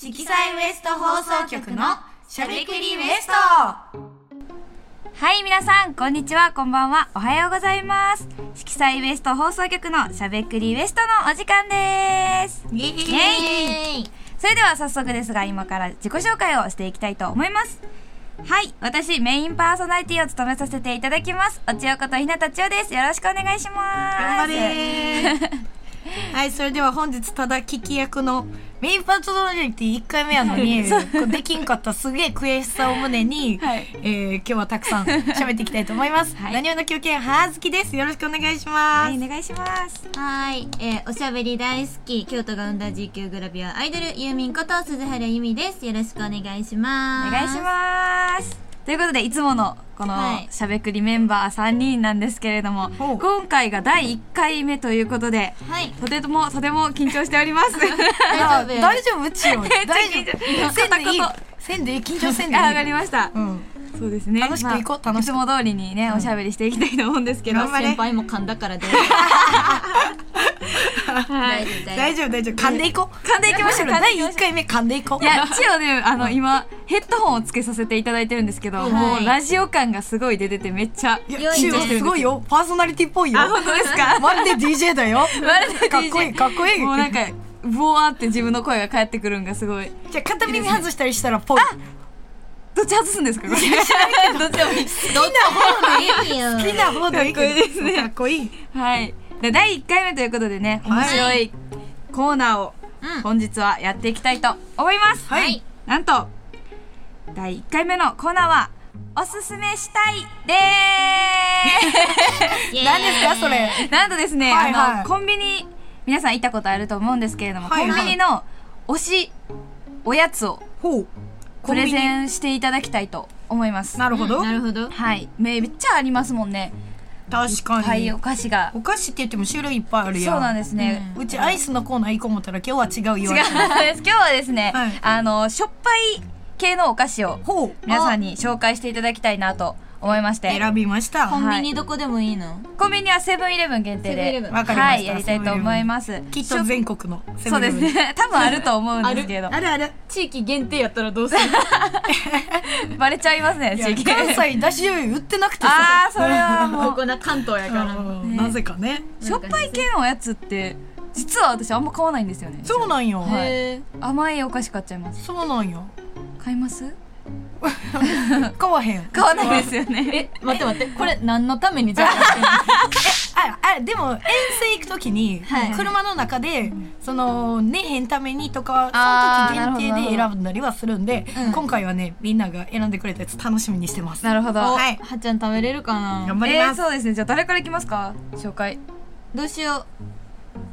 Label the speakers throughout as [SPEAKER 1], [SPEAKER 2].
[SPEAKER 1] キサイウエスト放送局のしゃべくりウエスト
[SPEAKER 2] はい、皆さん、こんにちは、こんばんは、おはようございます。色彩ウエスト放送局のしゃべくりウエストのお時間です。
[SPEAKER 1] イエーイ
[SPEAKER 2] それでは早速ですが、今から自己紹介をしていきたいと思います。はい、私、メインパーソナリティを務めさせていただきます。おちよことひなたちよです。よろしくお願いします。
[SPEAKER 1] 頑張れーはい、それでは本日ただ聞き役のメインパーソナリティ1回目やのに、こうできんかったすげえ悔しさを胸に、
[SPEAKER 2] はい
[SPEAKER 1] えー今日はたくさん喋っていきたいと思います。
[SPEAKER 2] はい
[SPEAKER 1] 何をの狂犬、はずきです。よろしくお願いしま
[SPEAKER 2] は
[SPEAKER 1] す。
[SPEAKER 2] い、お願いします。
[SPEAKER 3] はい、えー、おしゃべり大好き、京都が生んだ GQ グラビアアイドル、ユーミンこと鈴原由美です。よろしくお願いし
[SPEAKER 2] お
[SPEAKER 3] ます。
[SPEAKER 2] 願いします。ということで、いつものこ
[SPEAKER 3] は
[SPEAKER 2] の
[SPEAKER 3] い
[SPEAKER 2] しゃべくりメンバー3人なんですけれども、
[SPEAKER 1] ほう
[SPEAKER 2] 今回が第1回目ということで、
[SPEAKER 3] す。 はい、
[SPEAKER 2] とてもとても緊張しております。
[SPEAKER 3] 大丈夫。
[SPEAKER 1] 大丈夫うち よ。大丈
[SPEAKER 2] 緊張
[SPEAKER 1] 夫。せんでいい
[SPEAKER 2] 片。
[SPEAKER 1] せんでいい。緊張せんで い
[SPEAKER 2] あ上が
[SPEAKER 1] い。
[SPEAKER 2] りました
[SPEAKER 1] う。ん。
[SPEAKER 2] そうですね。
[SPEAKER 1] 楽しく行こう
[SPEAKER 2] まあ
[SPEAKER 1] 楽しく
[SPEAKER 2] いつも通りにね、おしゃべりしていきたいと思うんですけど。
[SPEAKER 1] 頑張れ
[SPEAKER 3] 先輩も噛んだ からで。
[SPEAKER 2] はい。
[SPEAKER 1] 大丈夫、大丈夫。噛んでいこう。
[SPEAKER 2] 噛んでいきましょう。噛んでい
[SPEAKER 1] 第
[SPEAKER 2] きましょ
[SPEAKER 1] 1回目噛んでいこ
[SPEAKER 2] う。
[SPEAKER 1] う。
[SPEAKER 2] いや、ちよね、あの、今、ヘッドホンをつけさせていただいてるんですけど、
[SPEAKER 3] い
[SPEAKER 2] もうラジオ感がすごい出てて、めっちゃ。
[SPEAKER 1] いや、
[SPEAKER 3] 良いね
[SPEAKER 1] チーはすごいよ。パーソナリティっぽいよ。
[SPEAKER 2] あ、本当ですか
[SPEAKER 1] まるで DJ だよ。
[SPEAKER 2] まるで DJ
[SPEAKER 1] かっこいい、かっこいい。
[SPEAKER 2] もうなんか、ボワーって自分の声が返ってくるんがすごい。
[SPEAKER 1] じゃあ片耳外したりしたらぽい。
[SPEAKER 2] どっち外すんですかこれどっちでもい
[SPEAKER 3] ど
[SPEAKER 2] い
[SPEAKER 3] っちもいいよ。
[SPEAKER 1] 好きな方でいいけ
[SPEAKER 2] かっ
[SPEAKER 1] ど。
[SPEAKER 2] こいいですね
[SPEAKER 1] かっこいい。
[SPEAKER 2] はい。で第1回目ということでね、
[SPEAKER 1] はい
[SPEAKER 2] 面白いコーナーを
[SPEAKER 3] うん
[SPEAKER 2] 本日はやっていきたいと思います。
[SPEAKER 1] はい
[SPEAKER 2] なんと、第1回目のコーナーは、おすすめしたいで
[SPEAKER 3] イエーイ
[SPEAKER 1] 何ですか、それ。
[SPEAKER 2] ーすなんとですね、
[SPEAKER 1] はいはい
[SPEAKER 2] あの、コンビニ、皆さん行ったことあると思うんですけれども、
[SPEAKER 1] はいはい
[SPEAKER 2] コンビニの推し、おやつを
[SPEAKER 1] ほう。
[SPEAKER 2] プレゼ
[SPEAKER 1] ン。
[SPEAKER 2] ンしていただきたいと思います。
[SPEAKER 1] なるほど。
[SPEAKER 3] なるほど。
[SPEAKER 2] はい。めっちゃありますもんね。
[SPEAKER 1] 確か
[SPEAKER 2] はい、
[SPEAKER 1] に
[SPEAKER 2] お。菓子が。
[SPEAKER 1] お菓子って言っても種類いっぱいあるやん。
[SPEAKER 2] そうなん
[SPEAKER 1] で
[SPEAKER 2] ですね。
[SPEAKER 1] うちアイスのコーナー行こう思ったら今日は違う
[SPEAKER 2] 違
[SPEAKER 1] よ。
[SPEAKER 2] うんです。 今日はですね、
[SPEAKER 1] はい
[SPEAKER 2] あの、しょっぱい系のお菓子を
[SPEAKER 1] ほう。
[SPEAKER 2] 皆さんに紹介していただきたいなと思いまして、
[SPEAKER 1] 選びました。
[SPEAKER 3] コンビニどこでもいいの
[SPEAKER 2] コンビニはセブンイレブン限定
[SPEAKER 3] セブンイレブ
[SPEAKER 2] で、
[SPEAKER 3] ン
[SPEAKER 1] わかりました
[SPEAKER 2] はい、やりたいと思います。
[SPEAKER 1] きっと全国のセ
[SPEAKER 2] そ
[SPEAKER 1] ブ
[SPEAKER 2] う
[SPEAKER 1] ンイ
[SPEAKER 2] で
[SPEAKER 1] レブ
[SPEAKER 2] す
[SPEAKER 1] ン。
[SPEAKER 2] ね。多分あると思うんですけど、
[SPEAKER 1] あるある。
[SPEAKER 3] 地域限定やったらどうする
[SPEAKER 2] バレちゃいますね、
[SPEAKER 1] いや
[SPEAKER 2] 地域。
[SPEAKER 1] 関西だし醤油売ってなくて
[SPEAKER 2] あー、それはも
[SPEAKER 3] こ
[SPEAKER 2] う。
[SPEAKER 3] こな関東やから。
[SPEAKER 1] うんなぜかね。
[SPEAKER 2] しょっぱい系のおやつって、実は私あんま買わないんですよね。
[SPEAKER 1] そうなんよ。
[SPEAKER 2] はい
[SPEAKER 3] へー
[SPEAKER 2] 甘いお菓子買っちゃいます。
[SPEAKER 1] そうなんよ。
[SPEAKER 2] 買います
[SPEAKER 1] 買わへん。
[SPEAKER 2] 買わないですよね。
[SPEAKER 3] 待って待って、これ何のためにじゃあ
[SPEAKER 1] あ、あ、でも遠征行くときに
[SPEAKER 3] はい、
[SPEAKER 1] 車の中で、その、ねへんためにと
[SPEAKER 2] あ
[SPEAKER 1] か、
[SPEAKER 2] ー
[SPEAKER 1] その時限定で
[SPEAKER 2] なるほどなる
[SPEAKER 1] 選ぶなりはするんで
[SPEAKER 3] う、ん
[SPEAKER 1] 今回はね、みんなが選んでくれたやつ楽しみにしてます。
[SPEAKER 2] なるほど。
[SPEAKER 1] は
[SPEAKER 3] はいい。はっちゃん食べれるかな
[SPEAKER 1] 頑張り
[SPEAKER 2] え
[SPEAKER 1] ま
[SPEAKER 2] ー、
[SPEAKER 1] す。
[SPEAKER 2] そうですね。じゃあ誰からいきますか紹介。
[SPEAKER 3] どうしよう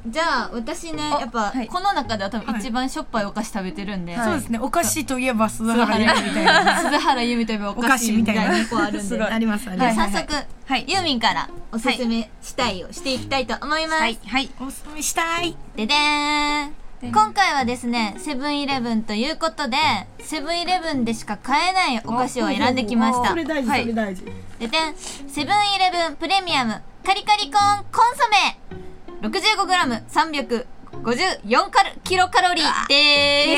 [SPEAKER 3] じゃあ私ね
[SPEAKER 2] あ
[SPEAKER 3] やっぱ、
[SPEAKER 2] はい
[SPEAKER 3] この中では多
[SPEAKER 1] は
[SPEAKER 3] 分
[SPEAKER 1] い
[SPEAKER 3] 一番しょっぱいお菓子食べてるんで、
[SPEAKER 2] はい
[SPEAKER 1] そうですね、お菓子といえば鈴原ゆみたいな。
[SPEAKER 3] 鈴原由美といえばお菓子みたいな2個あるん
[SPEAKER 2] す
[SPEAKER 3] で
[SPEAKER 2] ごい
[SPEAKER 1] あります、あり
[SPEAKER 3] じゃ
[SPEAKER 1] ま
[SPEAKER 3] あ
[SPEAKER 1] す。
[SPEAKER 3] 早速、
[SPEAKER 2] はい
[SPEAKER 3] ユーミンからおすすめしたいをしていきたいと思います、
[SPEAKER 2] はい、はい。
[SPEAKER 1] おすすめしたい。
[SPEAKER 3] ででーん今回はですねセブンイレブンということでセブンイレブンでしか買えないお菓子を選んできました
[SPEAKER 1] それ大事、
[SPEAKER 2] はい
[SPEAKER 1] それ大事。
[SPEAKER 3] ででんセブンイレブンプレミアムカリカリコーンコンソメ 65g354 カロキロカロリーでー
[SPEAKER 2] イ
[SPEAKER 3] す
[SPEAKER 2] エ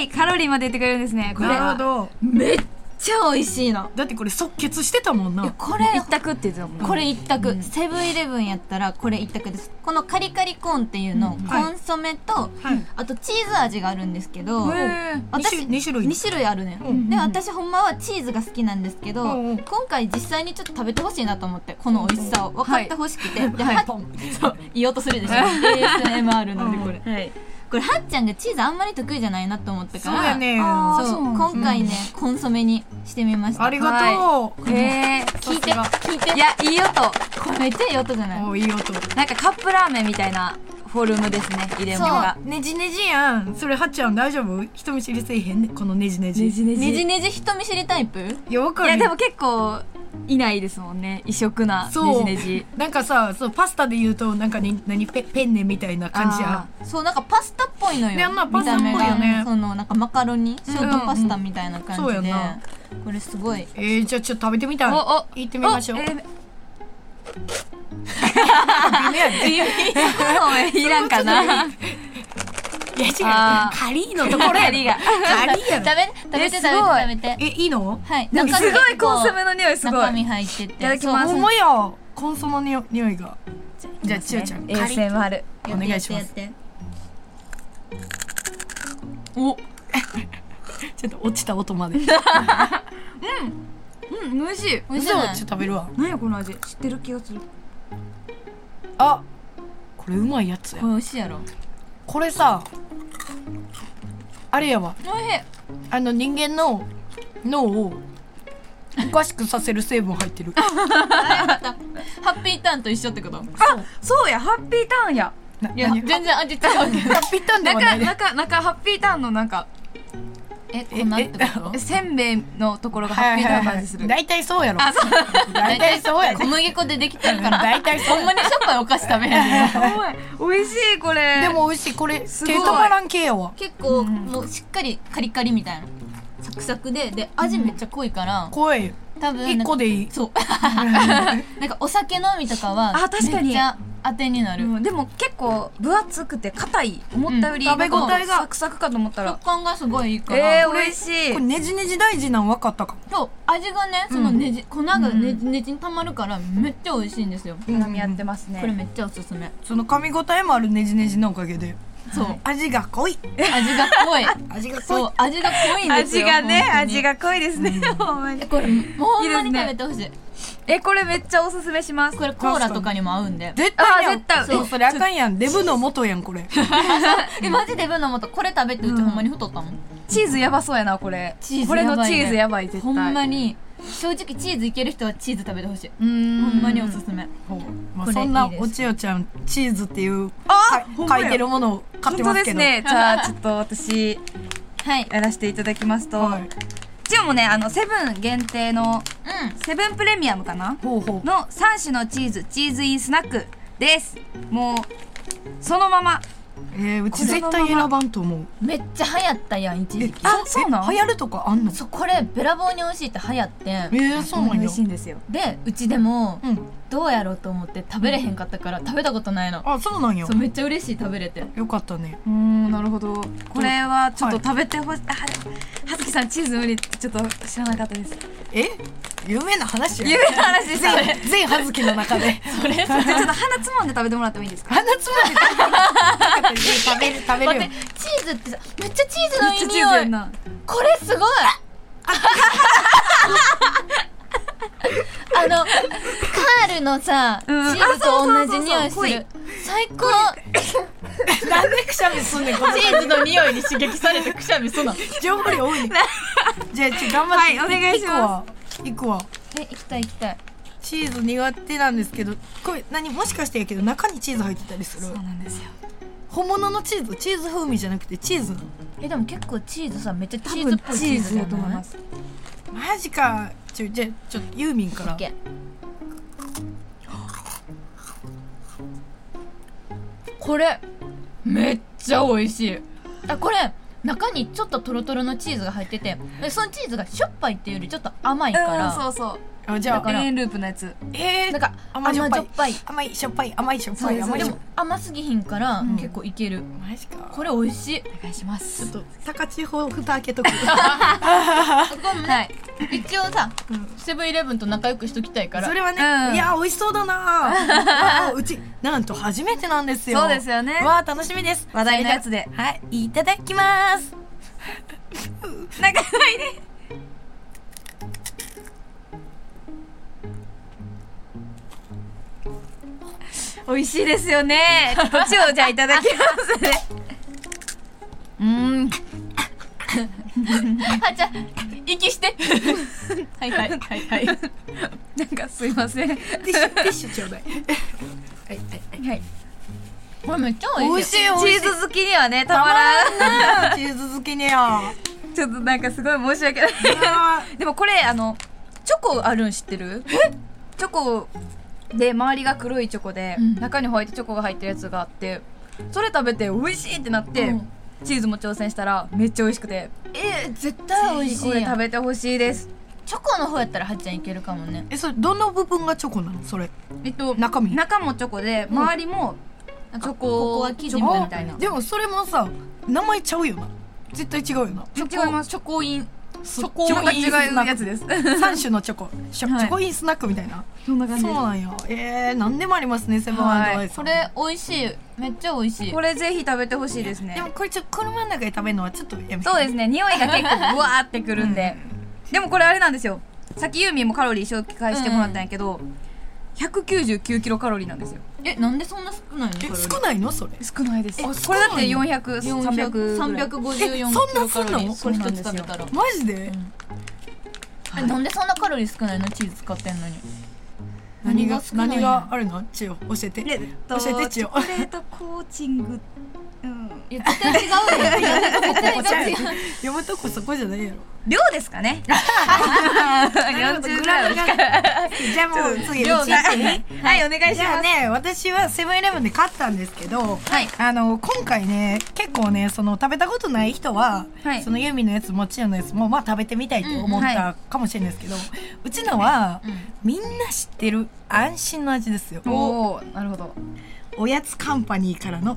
[SPEAKER 2] ーイカロリーまで言ってくれるんですね。これ
[SPEAKER 1] なるほ
[SPEAKER 2] は。
[SPEAKER 1] ど。
[SPEAKER 3] めっちゃ美味しいの
[SPEAKER 1] だってこれ即決してたもんな。
[SPEAKER 3] これ
[SPEAKER 2] 一択って言ってたもんね
[SPEAKER 3] これ一択、セブンイレブンやったらこれ一択ですこのカリカリコーンっていうの、
[SPEAKER 1] はい
[SPEAKER 3] コンソメと、
[SPEAKER 1] はい。
[SPEAKER 3] あとチーズ味があるんですけど、
[SPEAKER 2] へー
[SPEAKER 3] 私
[SPEAKER 1] 二種類
[SPEAKER 3] 2種類あるね、
[SPEAKER 1] うん
[SPEAKER 3] で私ほんまはチーズが好きなんですけど、
[SPEAKER 1] うんうん
[SPEAKER 3] 今回実際にちょっと食べてほしいなと思ってこの美味しさを分かってほしくて、で
[SPEAKER 1] はい
[SPEAKER 3] はっ
[SPEAKER 1] ポン。
[SPEAKER 3] そう言おうとするでしょ ASMR なんでこれ、
[SPEAKER 2] はい。
[SPEAKER 3] これはっちゃんがチーズあんまり得意じゃないなと思ったか
[SPEAKER 1] そう
[SPEAKER 3] ら
[SPEAKER 1] やね。
[SPEAKER 2] あ
[SPEAKER 1] あ
[SPEAKER 3] そう
[SPEAKER 2] そうなんですね
[SPEAKER 3] 今回ね、コンソメにしてみました
[SPEAKER 1] りがとう。
[SPEAKER 2] へー
[SPEAKER 3] 聞いて
[SPEAKER 1] さ
[SPEAKER 3] 聞いて
[SPEAKER 2] いや、いい音。
[SPEAKER 3] これめっちゃいい音じゃない
[SPEAKER 1] おーいい音。
[SPEAKER 2] なんかカップラーメンみたいなフォルムですね。入れ物が。
[SPEAKER 1] ねじねじやん。それはっちゃん大丈夫？人見知りせえへんね。このねじねじ。
[SPEAKER 2] ねじね
[SPEAKER 3] ねじねじ人見知りタイプ
[SPEAKER 1] いやわか
[SPEAKER 2] い
[SPEAKER 1] る。
[SPEAKER 2] や、でも結構、いないですもんね。異色な
[SPEAKER 1] そ
[SPEAKER 2] ねじね
[SPEAKER 1] う
[SPEAKER 2] じ。
[SPEAKER 1] なんかさ、そうパスタで言うとなんかに何ペペンネみたいな感じや
[SPEAKER 3] そうなんかパスタっぽいのよ
[SPEAKER 1] ねあんなパスタっぽいよね
[SPEAKER 3] 見た目がそのなんかマカロニショートパスタみたいな感じで、
[SPEAKER 1] うんそうやな
[SPEAKER 3] これすご い
[SPEAKER 1] ん。えー、じゃあちょっと食べてみたい。
[SPEAKER 2] おお
[SPEAKER 1] 行ってみましょう。
[SPEAKER 2] おえー
[SPEAKER 1] 微妙やね
[SPEAKER 2] いらんかな。
[SPEAKER 1] いや違う
[SPEAKER 3] あー
[SPEAKER 1] カリーのところや
[SPEAKER 3] カリーが
[SPEAKER 1] カリーや
[SPEAKER 3] 食
[SPEAKER 1] ろ
[SPEAKER 3] べ食べて
[SPEAKER 2] え
[SPEAKER 3] 食べて
[SPEAKER 2] すごい
[SPEAKER 3] 食べて
[SPEAKER 1] えいいの
[SPEAKER 3] はい
[SPEAKER 2] なんかすごいコンソメ
[SPEAKER 3] の
[SPEAKER 2] の匂いすご
[SPEAKER 3] 中身
[SPEAKER 2] い。
[SPEAKER 3] 入っててい
[SPEAKER 2] ただきます
[SPEAKER 1] 重いやコンソメの匂匂いがじゃあ千代ちゃんカリー
[SPEAKER 2] ASMR。
[SPEAKER 1] お願いします
[SPEAKER 3] お
[SPEAKER 1] ちょっと落ちた音 まで
[SPEAKER 2] うん、美味しい。
[SPEAKER 3] 美味しいじ
[SPEAKER 1] 嘘ち
[SPEAKER 3] ゃ
[SPEAKER 1] ょ
[SPEAKER 3] な
[SPEAKER 1] っと
[SPEAKER 3] い
[SPEAKER 1] 食べるわ
[SPEAKER 2] 何やこの味。知ってる気がする。
[SPEAKER 1] あこれうまいやつや
[SPEAKER 3] これ美味しいやろ
[SPEAKER 1] これさあれやわ
[SPEAKER 3] おいしい
[SPEAKER 1] あの人間の脳をおかしくさせる成分 入ってる
[SPEAKER 3] ハッピーターンと一緒ってこと
[SPEAKER 1] あ
[SPEAKER 2] そうや、ハッピーターンや。
[SPEAKER 3] いや
[SPEAKER 1] 何
[SPEAKER 3] 全然味違う けど
[SPEAKER 1] ハッピーターンでは
[SPEAKER 2] 中、
[SPEAKER 1] ないで
[SPEAKER 2] 中、中、ハッピーターンのなんか、
[SPEAKER 3] えこんなってこと
[SPEAKER 2] せんべいのところがハ
[SPEAKER 1] は
[SPEAKER 2] ッピ
[SPEAKER 1] い
[SPEAKER 2] ータ
[SPEAKER 1] は
[SPEAKER 2] ーン
[SPEAKER 1] い
[SPEAKER 2] の
[SPEAKER 1] は
[SPEAKER 2] 味す
[SPEAKER 1] い
[SPEAKER 2] る。
[SPEAKER 1] 大体そうやろ大体そうや
[SPEAKER 3] 小
[SPEAKER 1] ろ
[SPEAKER 3] 麦粉でできてる から
[SPEAKER 1] 大体そう
[SPEAKER 3] ほんまにしょっぱいお菓子食べへ んの
[SPEAKER 2] おい美味しい、これ。
[SPEAKER 1] で、も美味しいこれ手
[SPEAKER 2] すごい
[SPEAKER 1] 止まらん系やわ
[SPEAKER 3] 結構
[SPEAKER 2] うん
[SPEAKER 3] もうしっかりカリカリみたいなサクサクでで味めっちゃ濃いから
[SPEAKER 1] 怖い
[SPEAKER 3] 多分なん
[SPEAKER 1] 一
[SPEAKER 3] か
[SPEAKER 1] 個でいい
[SPEAKER 3] そうなんかお酒飲みとかは
[SPEAKER 2] あ確かに
[SPEAKER 3] めっちゃ当てになる
[SPEAKER 2] うん、でも結構分厚くて硬い。思ったより、
[SPEAKER 1] うん食べ応
[SPEAKER 2] な
[SPEAKER 1] えが
[SPEAKER 2] んかサクサクかと思ったら
[SPEAKER 3] 食。感がすごいいいから
[SPEAKER 2] えー、
[SPEAKER 1] これ
[SPEAKER 2] 美味しい
[SPEAKER 1] これ。ネジネジ大事なん分かったかも
[SPEAKER 3] そう味がねそのねじ粉がねじねじにたまるからめっちゃ美味しいんですよ
[SPEAKER 2] 飲み合ってますね。
[SPEAKER 3] これめっちゃおすすめ
[SPEAKER 1] その噛み応えもあるネジネジのおかげで
[SPEAKER 3] そう
[SPEAKER 1] 味が濃い
[SPEAKER 3] 味が濃い
[SPEAKER 1] 味が濃い
[SPEAKER 3] そう味が濃いんです
[SPEAKER 2] 味
[SPEAKER 3] よ
[SPEAKER 2] がね、
[SPEAKER 3] 本当に
[SPEAKER 2] 味が濃いですね。ほんまに
[SPEAKER 3] えこれもうほんま
[SPEAKER 2] いい
[SPEAKER 3] に
[SPEAKER 2] ですね
[SPEAKER 3] 食べてほしい
[SPEAKER 2] え、これめっちゃおすすめします。
[SPEAKER 3] これコーラとかにも合うん で
[SPEAKER 1] 絶対やん
[SPEAKER 2] あ絶対
[SPEAKER 1] そうそれあかんやんデブの元やんこれ
[SPEAKER 3] えマジでブのもとこれ食べてうちほんまに太ったもん
[SPEAKER 2] チーズやばそうやな、これ。
[SPEAKER 3] チーズや
[SPEAKER 2] こ
[SPEAKER 3] ばい
[SPEAKER 2] れ
[SPEAKER 3] ね
[SPEAKER 2] のチーズやばい、絶対。
[SPEAKER 3] ほんまに正直チーズいける人はチーズ食べてほしい
[SPEAKER 2] ほん
[SPEAKER 3] ほんまにおすすめ
[SPEAKER 1] まあ
[SPEAKER 3] これ
[SPEAKER 1] そんない
[SPEAKER 3] いです
[SPEAKER 1] おちよちゃんチーズっていう
[SPEAKER 2] あ
[SPEAKER 1] か
[SPEAKER 2] ほんま
[SPEAKER 1] 書
[SPEAKER 2] や
[SPEAKER 1] いてるものを買
[SPEAKER 2] 本
[SPEAKER 1] って
[SPEAKER 2] 当
[SPEAKER 1] ます
[SPEAKER 2] で
[SPEAKER 1] け
[SPEAKER 2] す
[SPEAKER 1] ど
[SPEAKER 2] ね。じゃあ、ちょっと私、
[SPEAKER 3] はい
[SPEAKER 2] やらせていただきますと。
[SPEAKER 1] はい
[SPEAKER 2] チオもね、あの、セブン限定の、
[SPEAKER 3] う
[SPEAKER 2] セブンプレミアムかな
[SPEAKER 1] ほうほう
[SPEAKER 2] の3種のチーズ、チーズインスナックです。もう、そのまま。
[SPEAKER 1] えーうち絶対選ばんと思うん
[SPEAKER 3] めっちゃ流行ったやん一時期
[SPEAKER 2] あそうなん
[SPEAKER 1] え流行るとかあんの
[SPEAKER 3] そうこれべらぼうに美味しいって流行って
[SPEAKER 1] えーそうなん
[SPEAKER 2] 美
[SPEAKER 1] や
[SPEAKER 2] 味しいんですよ。
[SPEAKER 3] でうちでも
[SPEAKER 1] うん
[SPEAKER 3] どうやろうと思って食べれへんかったから食べたことないの
[SPEAKER 1] あそうなんや
[SPEAKER 3] そうめっちゃ嬉しい食べれて
[SPEAKER 1] よかったね
[SPEAKER 2] うーん、なるほど。これはちょっと
[SPEAKER 1] はい
[SPEAKER 2] 食べてほしい。あはずきさん、チーズ無理ってちょっと知らなかったです。
[SPEAKER 1] え有名な話や
[SPEAKER 2] 有名な話ですよね。
[SPEAKER 1] 全全葉月の中で
[SPEAKER 3] それ
[SPEAKER 2] じゃあちょっと鼻つまんで食べてもらってもいいですか
[SPEAKER 1] 鼻つまんで食べる食べる食べ
[SPEAKER 3] 待
[SPEAKER 1] る
[SPEAKER 3] って
[SPEAKER 1] よ
[SPEAKER 3] チーズってさめっちゃチーズの
[SPEAKER 2] め
[SPEAKER 3] い
[SPEAKER 2] っち
[SPEAKER 3] い
[SPEAKER 2] ゃチーズやん
[SPEAKER 3] 匂い
[SPEAKER 2] な。
[SPEAKER 3] これすごいあのカールのさ、
[SPEAKER 2] うん
[SPEAKER 3] チーズと同じ
[SPEAKER 2] あ
[SPEAKER 3] 匂
[SPEAKER 2] そうそうそ
[SPEAKER 3] いす
[SPEAKER 2] うそう濃い
[SPEAKER 3] る最高
[SPEAKER 1] なんでくしゃみすんねんこの
[SPEAKER 3] チーズの匂いに刺激されてくしゃみすな
[SPEAKER 1] 情報量多いねじゃあちょ頑張って
[SPEAKER 2] はいお願いしま
[SPEAKER 1] 行くわ行くわ
[SPEAKER 3] え行きたい行きたい
[SPEAKER 1] チーズ苦手なんですけどこれ何もしかしてやけど中にチーズ入ってたりす
[SPEAKER 2] そう
[SPEAKER 1] る
[SPEAKER 2] なんですよ。
[SPEAKER 1] 本物のチーズチーズ風味じゃなくてチーズなの
[SPEAKER 3] えでも結構チーズさめっちゃチ
[SPEAKER 2] チ
[SPEAKER 3] ー
[SPEAKER 2] ー
[SPEAKER 3] ズ
[SPEAKER 2] ズ
[SPEAKER 3] っぽいチーズ
[SPEAKER 2] だ
[SPEAKER 3] だ
[SPEAKER 2] と
[SPEAKER 3] と
[SPEAKER 2] 思
[SPEAKER 3] 思
[SPEAKER 2] い
[SPEAKER 3] い
[SPEAKER 2] ま。
[SPEAKER 3] ます
[SPEAKER 1] マジかちょじゃあちょっとユーミンから
[SPEAKER 3] これめっちゃ美味しいあこれ中にちょっとトロトロのチーズが入っててでそのチーズがしょっぱいっていうよりちょっと甘いから、
[SPEAKER 2] うん、そうそう。
[SPEAKER 1] あじゃ
[SPEAKER 3] だか
[SPEAKER 1] あ
[SPEAKER 3] ら
[SPEAKER 2] 永遠ループのやつ。
[SPEAKER 1] えー、
[SPEAKER 3] なんか
[SPEAKER 1] 甘じょっぱい
[SPEAKER 3] ぱい
[SPEAKER 1] 甘いしょっぱい甘いしょっ
[SPEAKER 2] そ
[SPEAKER 1] ぱ
[SPEAKER 2] うで
[SPEAKER 1] い
[SPEAKER 2] す
[SPEAKER 1] 甘い
[SPEAKER 3] で
[SPEAKER 1] しょっ
[SPEAKER 3] も甘すぎひんから、
[SPEAKER 1] ん
[SPEAKER 3] 結構いける
[SPEAKER 1] ぱいマジか
[SPEAKER 3] これ美味しい
[SPEAKER 2] お願いします。
[SPEAKER 1] ちょっと高千穂蓋開けとく
[SPEAKER 2] はい。
[SPEAKER 3] 一応さ
[SPEAKER 1] うん
[SPEAKER 3] セブンイレブンと仲良くしときたいから
[SPEAKER 1] それはね、
[SPEAKER 2] うん
[SPEAKER 1] いや美味しそうだなあーうちなんと初めてなんですよ
[SPEAKER 2] そうですよね
[SPEAKER 1] わあ楽しみです
[SPEAKER 2] 話題のやつで
[SPEAKER 1] それじゃあはいいただきます
[SPEAKER 2] なんかないね。美味しいですよね。ちょっとチオじゃあいただきますね。うーん。
[SPEAKER 3] あじゃあ息してはいはいはいはい
[SPEAKER 2] なんかすいません。は
[SPEAKER 1] ティッシュティッシュちょうだいはいはい
[SPEAKER 2] い。
[SPEAKER 3] これめっちゃ
[SPEAKER 1] 美
[SPEAKER 3] 美
[SPEAKER 1] 味
[SPEAKER 3] 味
[SPEAKER 1] し
[SPEAKER 3] し
[SPEAKER 1] い
[SPEAKER 3] い
[SPEAKER 1] 美味しい
[SPEAKER 2] チーズ好きにはね、たまらん。
[SPEAKER 1] らんなチーズ好きにゃ
[SPEAKER 2] ちょっとなんかすごい申し訳ない。
[SPEAKER 1] あ
[SPEAKER 2] でもこれあのチョコあるん知ってるチョコで周りが黒いチョコで、
[SPEAKER 3] うん
[SPEAKER 2] 中にホワイトチョコが入ってるやつがあってそれ食べて美味しいってなって、
[SPEAKER 3] うん
[SPEAKER 2] チーズも挑戦したらめっちゃ美味しくて
[SPEAKER 3] えー絶対美味し
[SPEAKER 2] こ
[SPEAKER 3] い
[SPEAKER 2] れ
[SPEAKER 3] や
[SPEAKER 2] 食
[SPEAKER 3] ん
[SPEAKER 2] べてほしいです
[SPEAKER 3] チョコの方やったらはっちゃんいけるかもね
[SPEAKER 1] えそれどの部分がチョコなのそれ
[SPEAKER 2] えっと
[SPEAKER 1] 中身
[SPEAKER 2] 中もチョコで周りもチョ
[SPEAKER 3] こ
[SPEAKER 2] コ
[SPEAKER 3] こは生地
[SPEAKER 2] チョコ
[SPEAKER 3] みたいな
[SPEAKER 1] あでもそれもさ名前ちゃうよな絶対違うよな
[SPEAKER 2] 違います
[SPEAKER 3] チョコインチョ
[SPEAKER 1] チョ
[SPEAKER 3] コ
[SPEAKER 1] コ
[SPEAKER 3] イ
[SPEAKER 1] イ
[SPEAKER 3] ン
[SPEAKER 1] ン
[SPEAKER 2] 違うやつです
[SPEAKER 1] 三種のチョコチョ,、
[SPEAKER 3] はい
[SPEAKER 1] チョコインスナックみたいな
[SPEAKER 2] そんな
[SPEAKER 1] そうなんやえー、何でもありますねセブンアイス
[SPEAKER 3] これ美味しいめっちゃ美味しい
[SPEAKER 2] これぜひ食べてほしいです
[SPEAKER 1] で
[SPEAKER 2] ね
[SPEAKER 1] もこれちょっと車の中で食べるのはちょっとやめて
[SPEAKER 2] そうですね匂いが結構ブワーってくるんで、でもこれあれなんですよさっきユーミンもカロリー紹介してもらったんやけど、199キロカロリーなんですよ
[SPEAKER 3] えなんでそんな少ないの
[SPEAKER 1] え
[SPEAKER 3] カロリー
[SPEAKER 1] 少ないのそれ
[SPEAKER 2] 少ないです
[SPEAKER 1] あ
[SPEAKER 2] これだっ
[SPEAKER 1] 少
[SPEAKER 2] て
[SPEAKER 1] ないの
[SPEAKER 2] 400300
[SPEAKER 3] 400
[SPEAKER 2] 300
[SPEAKER 3] 354
[SPEAKER 1] え
[SPEAKER 3] キ
[SPEAKER 1] そ
[SPEAKER 3] ロ
[SPEAKER 1] んなす
[SPEAKER 3] カ
[SPEAKER 1] んの
[SPEAKER 3] ロリーこれ
[SPEAKER 2] そうな
[SPEAKER 3] 一
[SPEAKER 2] んで
[SPEAKER 3] つ
[SPEAKER 2] すよ
[SPEAKER 3] 食べたら
[SPEAKER 1] マジで、
[SPEAKER 3] えなんでそんなカロリー少ないのチーズ使ってんのに
[SPEAKER 1] 何が
[SPEAKER 3] 何が少ない
[SPEAKER 1] 何があるのちよ教えて
[SPEAKER 2] えっと
[SPEAKER 1] 教えてちよ
[SPEAKER 2] チョコレートコーチング、うん、
[SPEAKER 3] いや絶対違うよ絶対違うよ
[SPEAKER 1] 読むとこそこじゃないやろ
[SPEAKER 2] 量ですかね
[SPEAKER 1] なる
[SPEAKER 2] 40
[SPEAKER 1] ほど
[SPEAKER 2] ぐ
[SPEAKER 1] グ
[SPEAKER 2] らい
[SPEAKER 1] ラ
[SPEAKER 2] で
[SPEAKER 1] ムが
[SPEAKER 2] すか
[SPEAKER 1] じゃあもう次うち行ってね
[SPEAKER 2] はいお願いし
[SPEAKER 1] じゃ
[SPEAKER 2] ます、
[SPEAKER 1] あね私はセブンイレブンで買ったんですけ
[SPEAKER 2] は
[SPEAKER 1] ど
[SPEAKER 2] い
[SPEAKER 1] あの今回ね結構ねその食べたことない人は、
[SPEAKER 2] はい
[SPEAKER 1] そのユーミンのやつもちろんのやつもまあ食べてみたいと思っ
[SPEAKER 2] うんうんは
[SPEAKER 1] たかもしれないですけど、うちのは、
[SPEAKER 3] うん
[SPEAKER 1] みんな知ってる安心の味ですよお
[SPEAKER 2] おおなるほど
[SPEAKER 1] やつカンパニーからの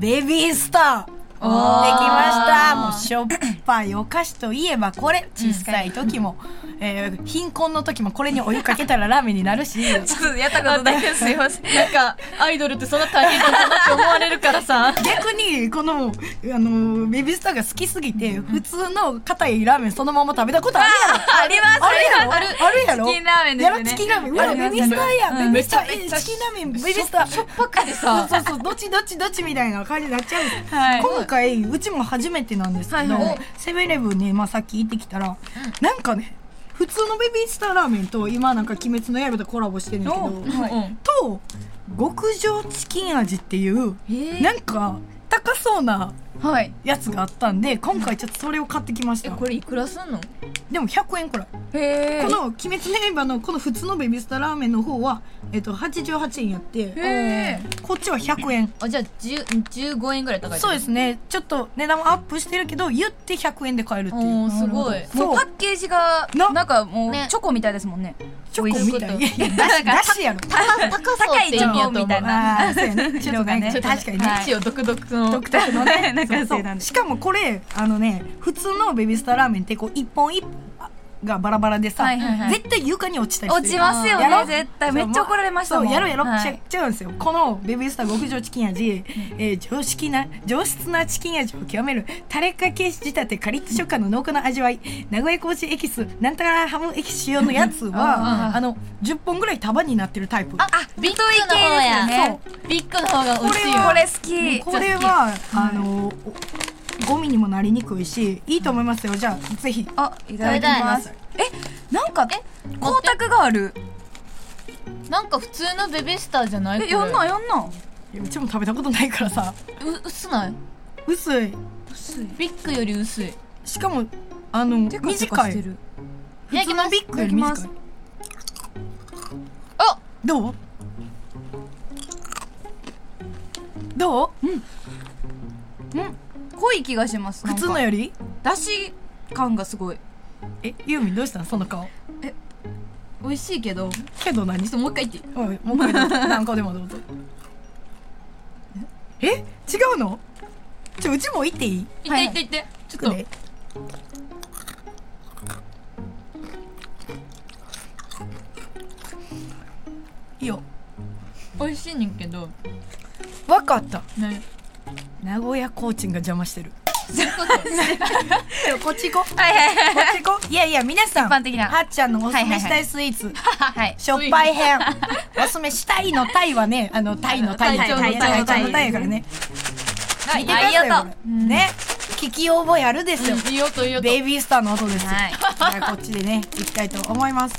[SPEAKER 1] ベビースターでき
[SPEAKER 2] お
[SPEAKER 1] ま
[SPEAKER 2] ー
[SPEAKER 1] したもうしょっぱいお菓子といえばこれ小さい時も、えー貧困の時もこれにお湯かけたらラーメンになるし
[SPEAKER 2] ちょっとやったことないですすいません
[SPEAKER 3] なんかアイドルってそんな大変だなって思われるからさ
[SPEAKER 1] 逆にこのあのベビースターが好きすぎて普通の硬いラーメンそのまま食べたことあるやろ
[SPEAKER 2] あります
[SPEAKER 1] あるやろあ
[SPEAKER 2] ある
[SPEAKER 1] るやろ
[SPEAKER 2] チキンラーメンです
[SPEAKER 1] や
[SPEAKER 2] よね
[SPEAKER 1] ろチキンラーメンう
[SPEAKER 2] あ
[SPEAKER 1] わ
[SPEAKER 2] ります
[SPEAKER 1] ベビースター
[SPEAKER 2] う
[SPEAKER 1] や
[SPEAKER 2] ん
[SPEAKER 1] ベビースター
[SPEAKER 2] めちゃめ
[SPEAKER 1] え
[SPEAKER 2] ちゃ
[SPEAKER 1] チキンラーメンベビースター
[SPEAKER 3] しょっぱくてさ
[SPEAKER 1] そうそうそうどっちどっちどっちみたいな感じになっちゃうんです
[SPEAKER 2] はい
[SPEAKER 1] 今回うちも初めてなんですけど、
[SPEAKER 2] はいはい
[SPEAKER 1] セブンイレブンに、まあ、さっき行ってきたら、なんかね普通のベビースターラーメンと今なんか「鬼滅の刃」とコラボしてるんだけど、
[SPEAKER 2] はい
[SPEAKER 3] うん
[SPEAKER 1] と極上チキン味っていうなんか高そうな
[SPEAKER 2] はい
[SPEAKER 1] やつがあったんで今回ちょっとそれを買ってきまし
[SPEAKER 3] え
[SPEAKER 1] た
[SPEAKER 3] これいくらすんの
[SPEAKER 1] でも100円くらい
[SPEAKER 2] へえ
[SPEAKER 1] この「鬼滅の刃」のこの普通のベビースターラーメンの方は、えっと、88円やって
[SPEAKER 2] へー
[SPEAKER 1] こっちは100円
[SPEAKER 3] あじゃあ10 15円ぐらい高い
[SPEAKER 1] そうですねちょっと値段もアップしてるけど言って100円で買えるってい
[SPEAKER 3] お
[SPEAKER 1] う
[SPEAKER 3] ーすごい
[SPEAKER 2] も
[SPEAKER 1] そうう
[SPEAKER 2] パッケージが
[SPEAKER 1] な
[SPEAKER 2] なんかもう
[SPEAKER 3] ね
[SPEAKER 2] チョコみたいですもんね
[SPEAKER 1] チョコみたい
[SPEAKER 3] 美味
[SPEAKER 1] い やだしだしやろ
[SPEAKER 3] 高そうって意味やと思
[SPEAKER 2] 高いチョコ
[SPEAKER 3] う
[SPEAKER 2] みたいな
[SPEAKER 1] ああそうや ねちょっ
[SPEAKER 2] 色
[SPEAKER 1] と
[SPEAKER 2] がね
[SPEAKER 1] ね
[SPEAKER 3] ちょっと
[SPEAKER 1] 確かにね、
[SPEAKER 2] はい
[SPEAKER 3] 一応独特の
[SPEAKER 1] 独特の ね
[SPEAKER 2] なんか
[SPEAKER 1] そ
[SPEAKER 2] そう
[SPEAKER 1] う
[SPEAKER 2] な
[SPEAKER 1] そ
[SPEAKER 2] んで
[SPEAKER 1] うしかもこれあのね普通のベビースターラーメンってこう一本一本がバラバラでさ、
[SPEAKER 2] はいはいはい
[SPEAKER 1] 絶対床に落ちたりする
[SPEAKER 2] 落ちますよ
[SPEAKER 1] やろ
[SPEAKER 2] ね絶対めっちゃ怒られましたもん
[SPEAKER 1] そうやろやろ、
[SPEAKER 2] は
[SPEAKER 1] ちゃ
[SPEAKER 2] い
[SPEAKER 1] ちゃうんですよこのベビースター極上チキン味、えー常識な上質なチキン味を極めるタレかけ仕立てカリッと食感の濃厚な味わい名古屋コーチエキスなんたらハムエキス仕様のやつ
[SPEAKER 3] あ
[SPEAKER 1] は
[SPEAKER 3] ー
[SPEAKER 1] あの10本ぐらい束になってるタイプ
[SPEAKER 3] あビッグの方
[SPEAKER 2] 太い系ですよ
[SPEAKER 3] や
[SPEAKER 2] ね
[SPEAKER 3] そうビッグの方が美
[SPEAKER 2] こ
[SPEAKER 3] 味しい
[SPEAKER 2] れ
[SPEAKER 3] よ
[SPEAKER 2] これ好き
[SPEAKER 1] これはあのおゴミにもなりにくいしいいと思いますよじゃあぜひ
[SPEAKER 2] あいただきますえなんか光沢がある
[SPEAKER 3] なんか普通のベビースターじゃない
[SPEAKER 2] えやんな
[SPEAKER 3] よ
[SPEAKER 2] やんな
[SPEAKER 1] うちも食べたことないからさ
[SPEAKER 3] 薄ない
[SPEAKER 1] 薄い
[SPEAKER 2] 薄い
[SPEAKER 3] ビッグより薄い
[SPEAKER 1] しかもあの
[SPEAKER 2] テカテカ
[SPEAKER 1] 短
[SPEAKER 2] して
[SPEAKER 1] い
[SPEAKER 2] る
[SPEAKER 3] いただきます
[SPEAKER 1] ビッグより
[SPEAKER 2] い
[SPEAKER 1] 短
[SPEAKER 2] ただ
[SPEAKER 1] い
[SPEAKER 2] き
[SPEAKER 3] あ
[SPEAKER 1] どうどう
[SPEAKER 2] 濃い気がします
[SPEAKER 1] 普通
[SPEAKER 2] なん
[SPEAKER 1] の
[SPEAKER 2] か
[SPEAKER 1] より
[SPEAKER 2] だし感がすごい
[SPEAKER 1] えユーミンどうしたのその顔
[SPEAKER 3] 美味しいけどちょ
[SPEAKER 1] けど何
[SPEAKER 3] っともう一回言っていい
[SPEAKER 1] おいもう一回どうぞ何個でもどうぞえ違うのちょうちも行っていい
[SPEAKER 3] 言って言って言ってちょっと
[SPEAKER 1] ねいいよ
[SPEAKER 3] 美味しいねんけど
[SPEAKER 1] わかった
[SPEAKER 3] ね
[SPEAKER 1] 名古屋コーチンが邪魔し てる
[SPEAKER 3] そういうこと
[SPEAKER 1] こっち行こう
[SPEAKER 2] はいはいはい
[SPEAKER 1] こっち行こういやいや皆さん
[SPEAKER 2] 一般的な
[SPEAKER 1] はっちゃんのおすすめしたいスイーツ、
[SPEAKER 2] はい
[SPEAKER 1] しょっぱい編おすすめしたいのタイはねあのタイのタイ
[SPEAKER 3] タイ
[SPEAKER 1] タイ
[SPEAKER 2] タイ
[SPEAKER 1] タイのタイやからね
[SPEAKER 3] は
[SPEAKER 1] 見
[SPEAKER 3] い
[SPEAKER 1] てくださいよ
[SPEAKER 2] あいい音
[SPEAKER 1] これね聞き覚えあるですよ
[SPEAKER 3] うんいい音いい音
[SPEAKER 1] ベイビースターの音ですよ
[SPEAKER 2] はい
[SPEAKER 1] じゃあこっちでね行きたいと思います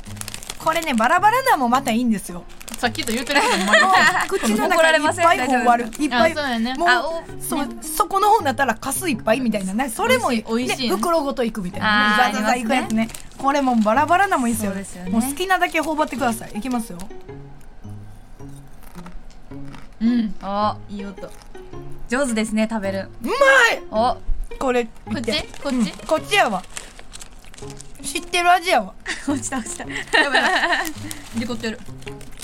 [SPEAKER 1] これねバラバラなもまたいいんですよ
[SPEAKER 3] さっきと言うてること も
[SPEAKER 1] 口の
[SPEAKER 2] 怒られ
[SPEAKER 1] 中にい
[SPEAKER 2] ま
[SPEAKER 1] っ
[SPEAKER 2] せん
[SPEAKER 1] ぱいこう割るいっぱい
[SPEAKER 3] あそうやね
[SPEAKER 1] も
[SPEAKER 2] あ
[SPEAKER 1] うそうそこの方だったらカスいっぱいみたいなねそれも
[SPEAKER 3] 美味しい美味しい
[SPEAKER 1] ね
[SPEAKER 3] ね
[SPEAKER 1] 袋ごといくみたいな
[SPEAKER 2] あー
[SPEAKER 1] ねザザザいくやつねこれもバラバラなもいいですよ
[SPEAKER 2] そうですよね
[SPEAKER 1] もう好きなだけ頬張ってくださいいきますよ
[SPEAKER 3] うん
[SPEAKER 2] お
[SPEAKER 3] いい音こ
[SPEAKER 2] 上手ですね食べる
[SPEAKER 1] うまい
[SPEAKER 2] お
[SPEAKER 1] これ
[SPEAKER 3] っ
[SPEAKER 1] 見て
[SPEAKER 3] ちこっち
[SPEAKER 1] こっちやわ知ってる味やわ
[SPEAKER 2] 落ちた落 ちた
[SPEAKER 3] 事故ってる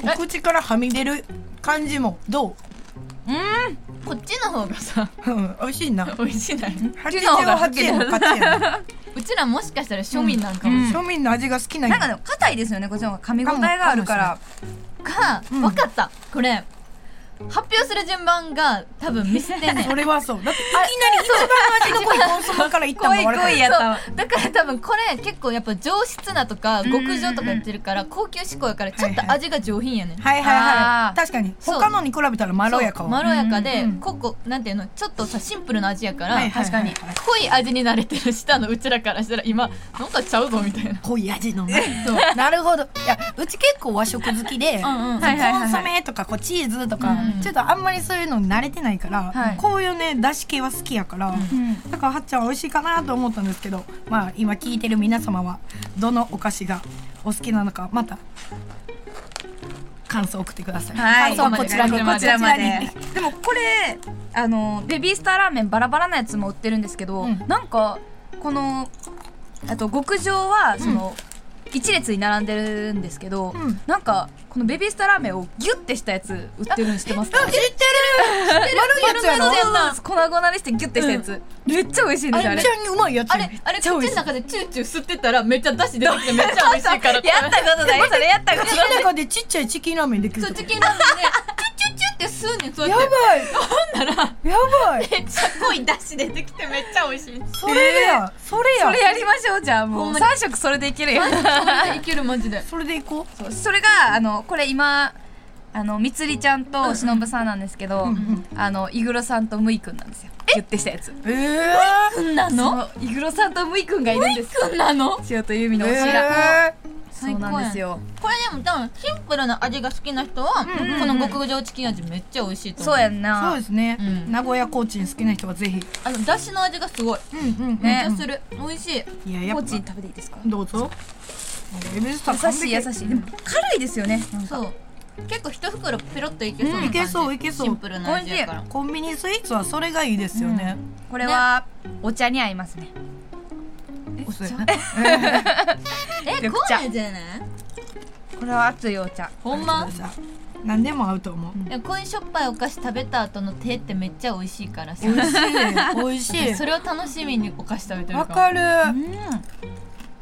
[SPEAKER 1] お口からはみ出る感じもど
[SPEAKER 2] う
[SPEAKER 1] う
[SPEAKER 2] ん
[SPEAKER 3] こっちの方がさ
[SPEAKER 1] うん 美味しいな
[SPEAKER 3] 美味しいないう
[SPEAKER 1] 88円の価値やな
[SPEAKER 3] ちらもしかしたら庶民なんかも、
[SPEAKER 2] うん
[SPEAKER 3] し
[SPEAKER 1] 庶民の味が好きなん
[SPEAKER 2] なんか
[SPEAKER 1] や
[SPEAKER 2] でも硬いですよねこっちの方が噛み応えがあるから
[SPEAKER 3] か、
[SPEAKER 1] うん
[SPEAKER 3] 分かったこれ発表する順番が多分ミスってんねん
[SPEAKER 1] それはそうだっていきなり一番味が濃いコンソメからいった
[SPEAKER 2] 濃
[SPEAKER 1] の
[SPEAKER 2] い
[SPEAKER 1] もあれ
[SPEAKER 2] 濃
[SPEAKER 1] か
[SPEAKER 2] い
[SPEAKER 1] ら
[SPEAKER 2] やった
[SPEAKER 3] そうだから多分これ結構やっぱ上質なとか
[SPEAKER 2] んうんうん
[SPEAKER 3] 極上とか言ってるから高級志向やからちょっ
[SPEAKER 1] はい
[SPEAKER 3] と
[SPEAKER 1] はい
[SPEAKER 3] 味が上品やねん、
[SPEAKER 1] はいはいは
[SPEAKER 2] あ
[SPEAKER 1] い
[SPEAKER 2] ー
[SPEAKER 1] 確かに
[SPEAKER 3] そう
[SPEAKER 1] 他のに比べたらまろやか
[SPEAKER 3] そうま
[SPEAKER 1] は
[SPEAKER 3] ろやか
[SPEAKER 2] うん
[SPEAKER 3] で、
[SPEAKER 1] うん
[SPEAKER 3] ここなんていうのちょっとさシンプルな味やから、
[SPEAKER 1] はいはいはいはい
[SPEAKER 3] 確かに濃い味に慣れてる下のうちらからしたら今なんかちゃうぞみたいな
[SPEAKER 1] 濃い味のねなるほどいやうち結構和食好きで
[SPEAKER 3] うんうん
[SPEAKER 1] そう
[SPEAKER 2] はいはいはいはい
[SPEAKER 1] コンソメとかこうチーズとか、
[SPEAKER 3] うん
[SPEAKER 1] ちょっとあんまりそういうのに慣れてないから、
[SPEAKER 2] はい
[SPEAKER 1] こういうねだし系は好きやから、
[SPEAKER 2] うん
[SPEAKER 1] だからはっちゃん美味しいかなと思ったんですけどまあ今聞いてる皆様はどのお菓子がお好きなのかまた感想を送ってください、
[SPEAKER 2] はい
[SPEAKER 1] 感想はこちらに
[SPEAKER 3] ここまで
[SPEAKER 1] こちら
[SPEAKER 2] ま
[SPEAKER 1] に
[SPEAKER 2] ででもこれあのベビースターラーメンバラバラなやつも売ってるんですけど、
[SPEAKER 1] うん
[SPEAKER 2] なんかこのあと極上はその、一列に並んでるんですけど、
[SPEAKER 1] うん
[SPEAKER 2] なんかこのベビースターラーメンをギュッてしたやつ売ってるの知ってますか
[SPEAKER 1] 知ってる丸いやつや
[SPEAKER 2] そう
[SPEAKER 1] ろ
[SPEAKER 2] そうそう粉々にしてギュッてしたやつ、めっちゃ美味しいん
[SPEAKER 1] あ
[SPEAKER 2] ですよあ
[SPEAKER 1] れめ
[SPEAKER 2] れ
[SPEAKER 1] っちゃにうまいやつ
[SPEAKER 3] あ
[SPEAKER 1] や
[SPEAKER 3] れあれ口
[SPEAKER 1] 超
[SPEAKER 3] の
[SPEAKER 1] 美味しい
[SPEAKER 3] 中でチューチュー吸ってたらめっちゃだし 出てきてめっちゃ美味しいから
[SPEAKER 2] やったことないそれやったこと
[SPEAKER 1] 口
[SPEAKER 2] ない
[SPEAKER 1] の中でちっちゃいチキンラーメンできる
[SPEAKER 3] そう
[SPEAKER 1] と
[SPEAKER 3] チ
[SPEAKER 1] か
[SPEAKER 3] キンラーメンでチュチュチュって吸うねんそう
[SPEAKER 1] や
[SPEAKER 3] やっ
[SPEAKER 1] ばい
[SPEAKER 3] て
[SPEAKER 1] やばい
[SPEAKER 3] めっちゃ濃いだし出てきてめっちゃ美味 しい
[SPEAKER 1] それやそれ
[SPEAKER 2] そ
[SPEAKER 1] や
[SPEAKER 2] れやりましょうじゃあ
[SPEAKER 3] ほ
[SPEAKER 2] も
[SPEAKER 3] ん
[SPEAKER 2] う
[SPEAKER 3] まに
[SPEAKER 2] 3食それでいけるやん
[SPEAKER 3] いけるマジで
[SPEAKER 1] それでいこう
[SPEAKER 2] そうそれがあのこれ今あのみつりちゃんとしのぶさんなんですけど、
[SPEAKER 1] うんうん
[SPEAKER 2] あのイグロさんとむいくんなんですよ言ってしたやつ
[SPEAKER 1] ええ
[SPEAKER 3] なの
[SPEAKER 2] そイグロさんとむいくんがいるんです
[SPEAKER 3] くんなの
[SPEAKER 2] 千代とゆみの推しが、
[SPEAKER 1] え
[SPEAKER 2] そうなんですよ
[SPEAKER 3] これでも多分シンプルな味が好きな人は、
[SPEAKER 1] んうん
[SPEAKER 3] この極上チキン味めっちゃ美味しいと思う
[SPEAKER 2] そうやん
[SPEAKER 1] ー、そう
[SPEAKER 2] な
[SPEAKER 1] ですね、
[SPEAKER 3] うん
[SPEAKER 1] 名古屋コーチン好きな人はぜひ
[SPEAKER 3] あのだしの味がすごい
[SPEAKER 1] うんうん
[SPEAKER 3] め
[SPEAKER 2] ね
[SPEAKER 3] っちゃする、美味しい
[SPEAKER 1] いやや
[SPEAKER 2] ポ
[SPEAKER 1] っ
[SPEAKER 2] ーチン
[SPEAKER 1] ぱ
[SPEAKER 2] 食べていいですか
[SPEAKER 1] どうぞエベスタ
[SPEAKER 2] 優しい優しいでも軽いですよねなんか
[SPEAKER 3] そう結構一袋ペロッといけそうな
[SPEAKER 1] うん
[SPEAKER 3] 感じ、
[SPEAKER 1] いけそういけそう
[SPEAKER 3] シンプルな味やから
[SPEAKER 1] コンビニスイーツはそれがいいですよね、
[SPEAKER 2] これはお茶に合いますね
[SPEAKER 1] お酢
[SPEAKER 3] え
[SPEAKER 2] 緑
[SPEAKER 3] こ
[SPEAKER 2] 茶
[SPEAKER 3] うじゃない
[SPEAKER 2] これは熱いお茶
[SPEAKER 3] ほんま
[SPEAKER 1] 何でも合うと思う、
[SPEAKER 3] でもこういうしょっぱいお菓子食べた後の手ってめっちゃ美味しいからさ
[SPEAKER 1] 美味しい美味し
[SPEAKER 3] それを楽しみにお菓子食べて
[SPEAKER 1] い
[SPEAKER 3] る
[SPEAKER 1] わ
[SPEAKER 3] から
[SPEAKER 1] かる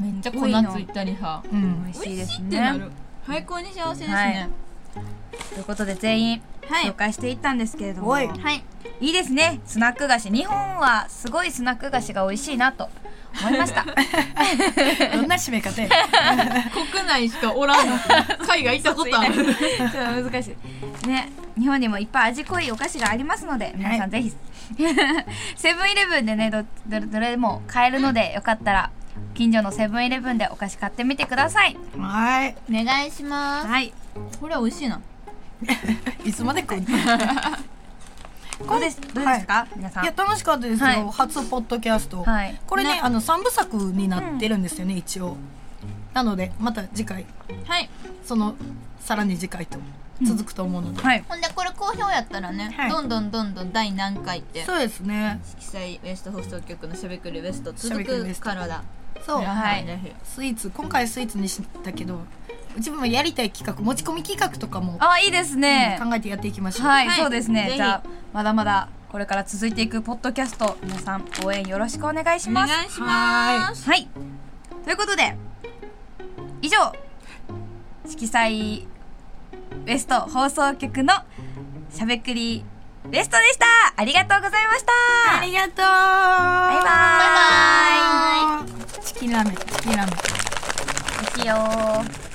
[SPEAKER 2] う
[SPEAKER 3] めっちゃ粉ついたりさ
[SPEAKER 1] うん
[SPEAKER 2] 美味しいです
[SPEAKER 3] 美味しいってな
[SPEAKER 2] ね
[SPEAKER 3] る最高に幸せです
[SPEAKER 2] はい
[SPEAKER 3] ね
[SPEAKER 2] ということで全員
[SPEAKER 3] はい
[SPEAKER 2] 紹介していったんですけれども、
[SPEAKER 1] おい
[SPEAKER 3] はい
[SPEAKER 2] いいですねスナック菓子日本はすごいスナック菓子が美味しいなと思いました
[SPEAKER 1] どんな締め方や
[SPEAKER 3] 国内しかおらんの海外行ったことある
[SPEAKER 2] 難しいね日本にもいっぱい味濃いお菓子がありますので皆さんぜひ セブンイレブンでねどどどれでも買えるのでよかったら近所のセブンイレブンでお菓子買ってみてください
[SPEAKER 1] は
[SPEAKER 3] お願いします
[SPEAKER 2] はい
[SPEAKER 3] これ美味しいない
[SPEAKER 1] いつまで来んの
[SPEAKER 2] どうですどうですか、皆さん
[SPEAKER 1] いや楽しかったですよ、
[SPEAKER 2] はい
[SPEAKER 1] 初ポッドキャスト、
[SPEAKER 2] はい
[SPEAKER 1] これね
[SPEAKER 3] ね
[SPEAKER 1] あの3部作になってるんですよね、一応なのでまた次回
[SPEAKER 3] はい
[SPEAKER 1] そのさらに次回と続くと思うので、
[SPEAKER 2] はい
[SPEAKER 3] ほんでこれ好評やったらね、
[SPEAKER 1] はい
[SPEAKER 3] どんどんどんどん第何回って
[SPEAKER 1] そうですね
[SPEAKER 3] 色彩ウエスト放送局のしゃべくりウエスト
[SPEAKER 1] しゃ
[SPEAKER 3] 続
[SPEAKER 1] べくりウエ
[SPEAKER 3] く
[SPEAKER 1] スト
[SPEAKER 3] からだ
[SPEAKER 1] そう、
[SPEAKER 3] はいぜひ
[SPEAKER 1] スイーツ今回スイーツにしたけどうちもやりたい企画持ち込み企画とかも
[SPEAKER 2] あいいですね、
[SPEAKER 1] 考えてやっていきましょう、
[SPEAKER 2] はい、
[SPEAKER 3] はい
[SPEAKER 2] そうですね
[SPEAKER 3] ぜひ
[SPEAKER 2] じゃあまだまだこれから続いていくポッドキャスト皆さん応援よろしくお願いし
[SPEAKER 3] お
[SPEAKER 2] ます
[SPEAKER 3] 願いします
[SPEAKER 2] はいということで以上色彩ウエスト放送局のしゃべくりウエストでしたありがとうございました
[SPEAKER 1] ありがと
[SPEAKER 2] バイ
[SPEAKER 1] う
[SPEAKER 2] バ
[SPEAKER 1] イバイチキンラーメンチキンラーメン
[SPEAKER 2] ーイ美味しいよー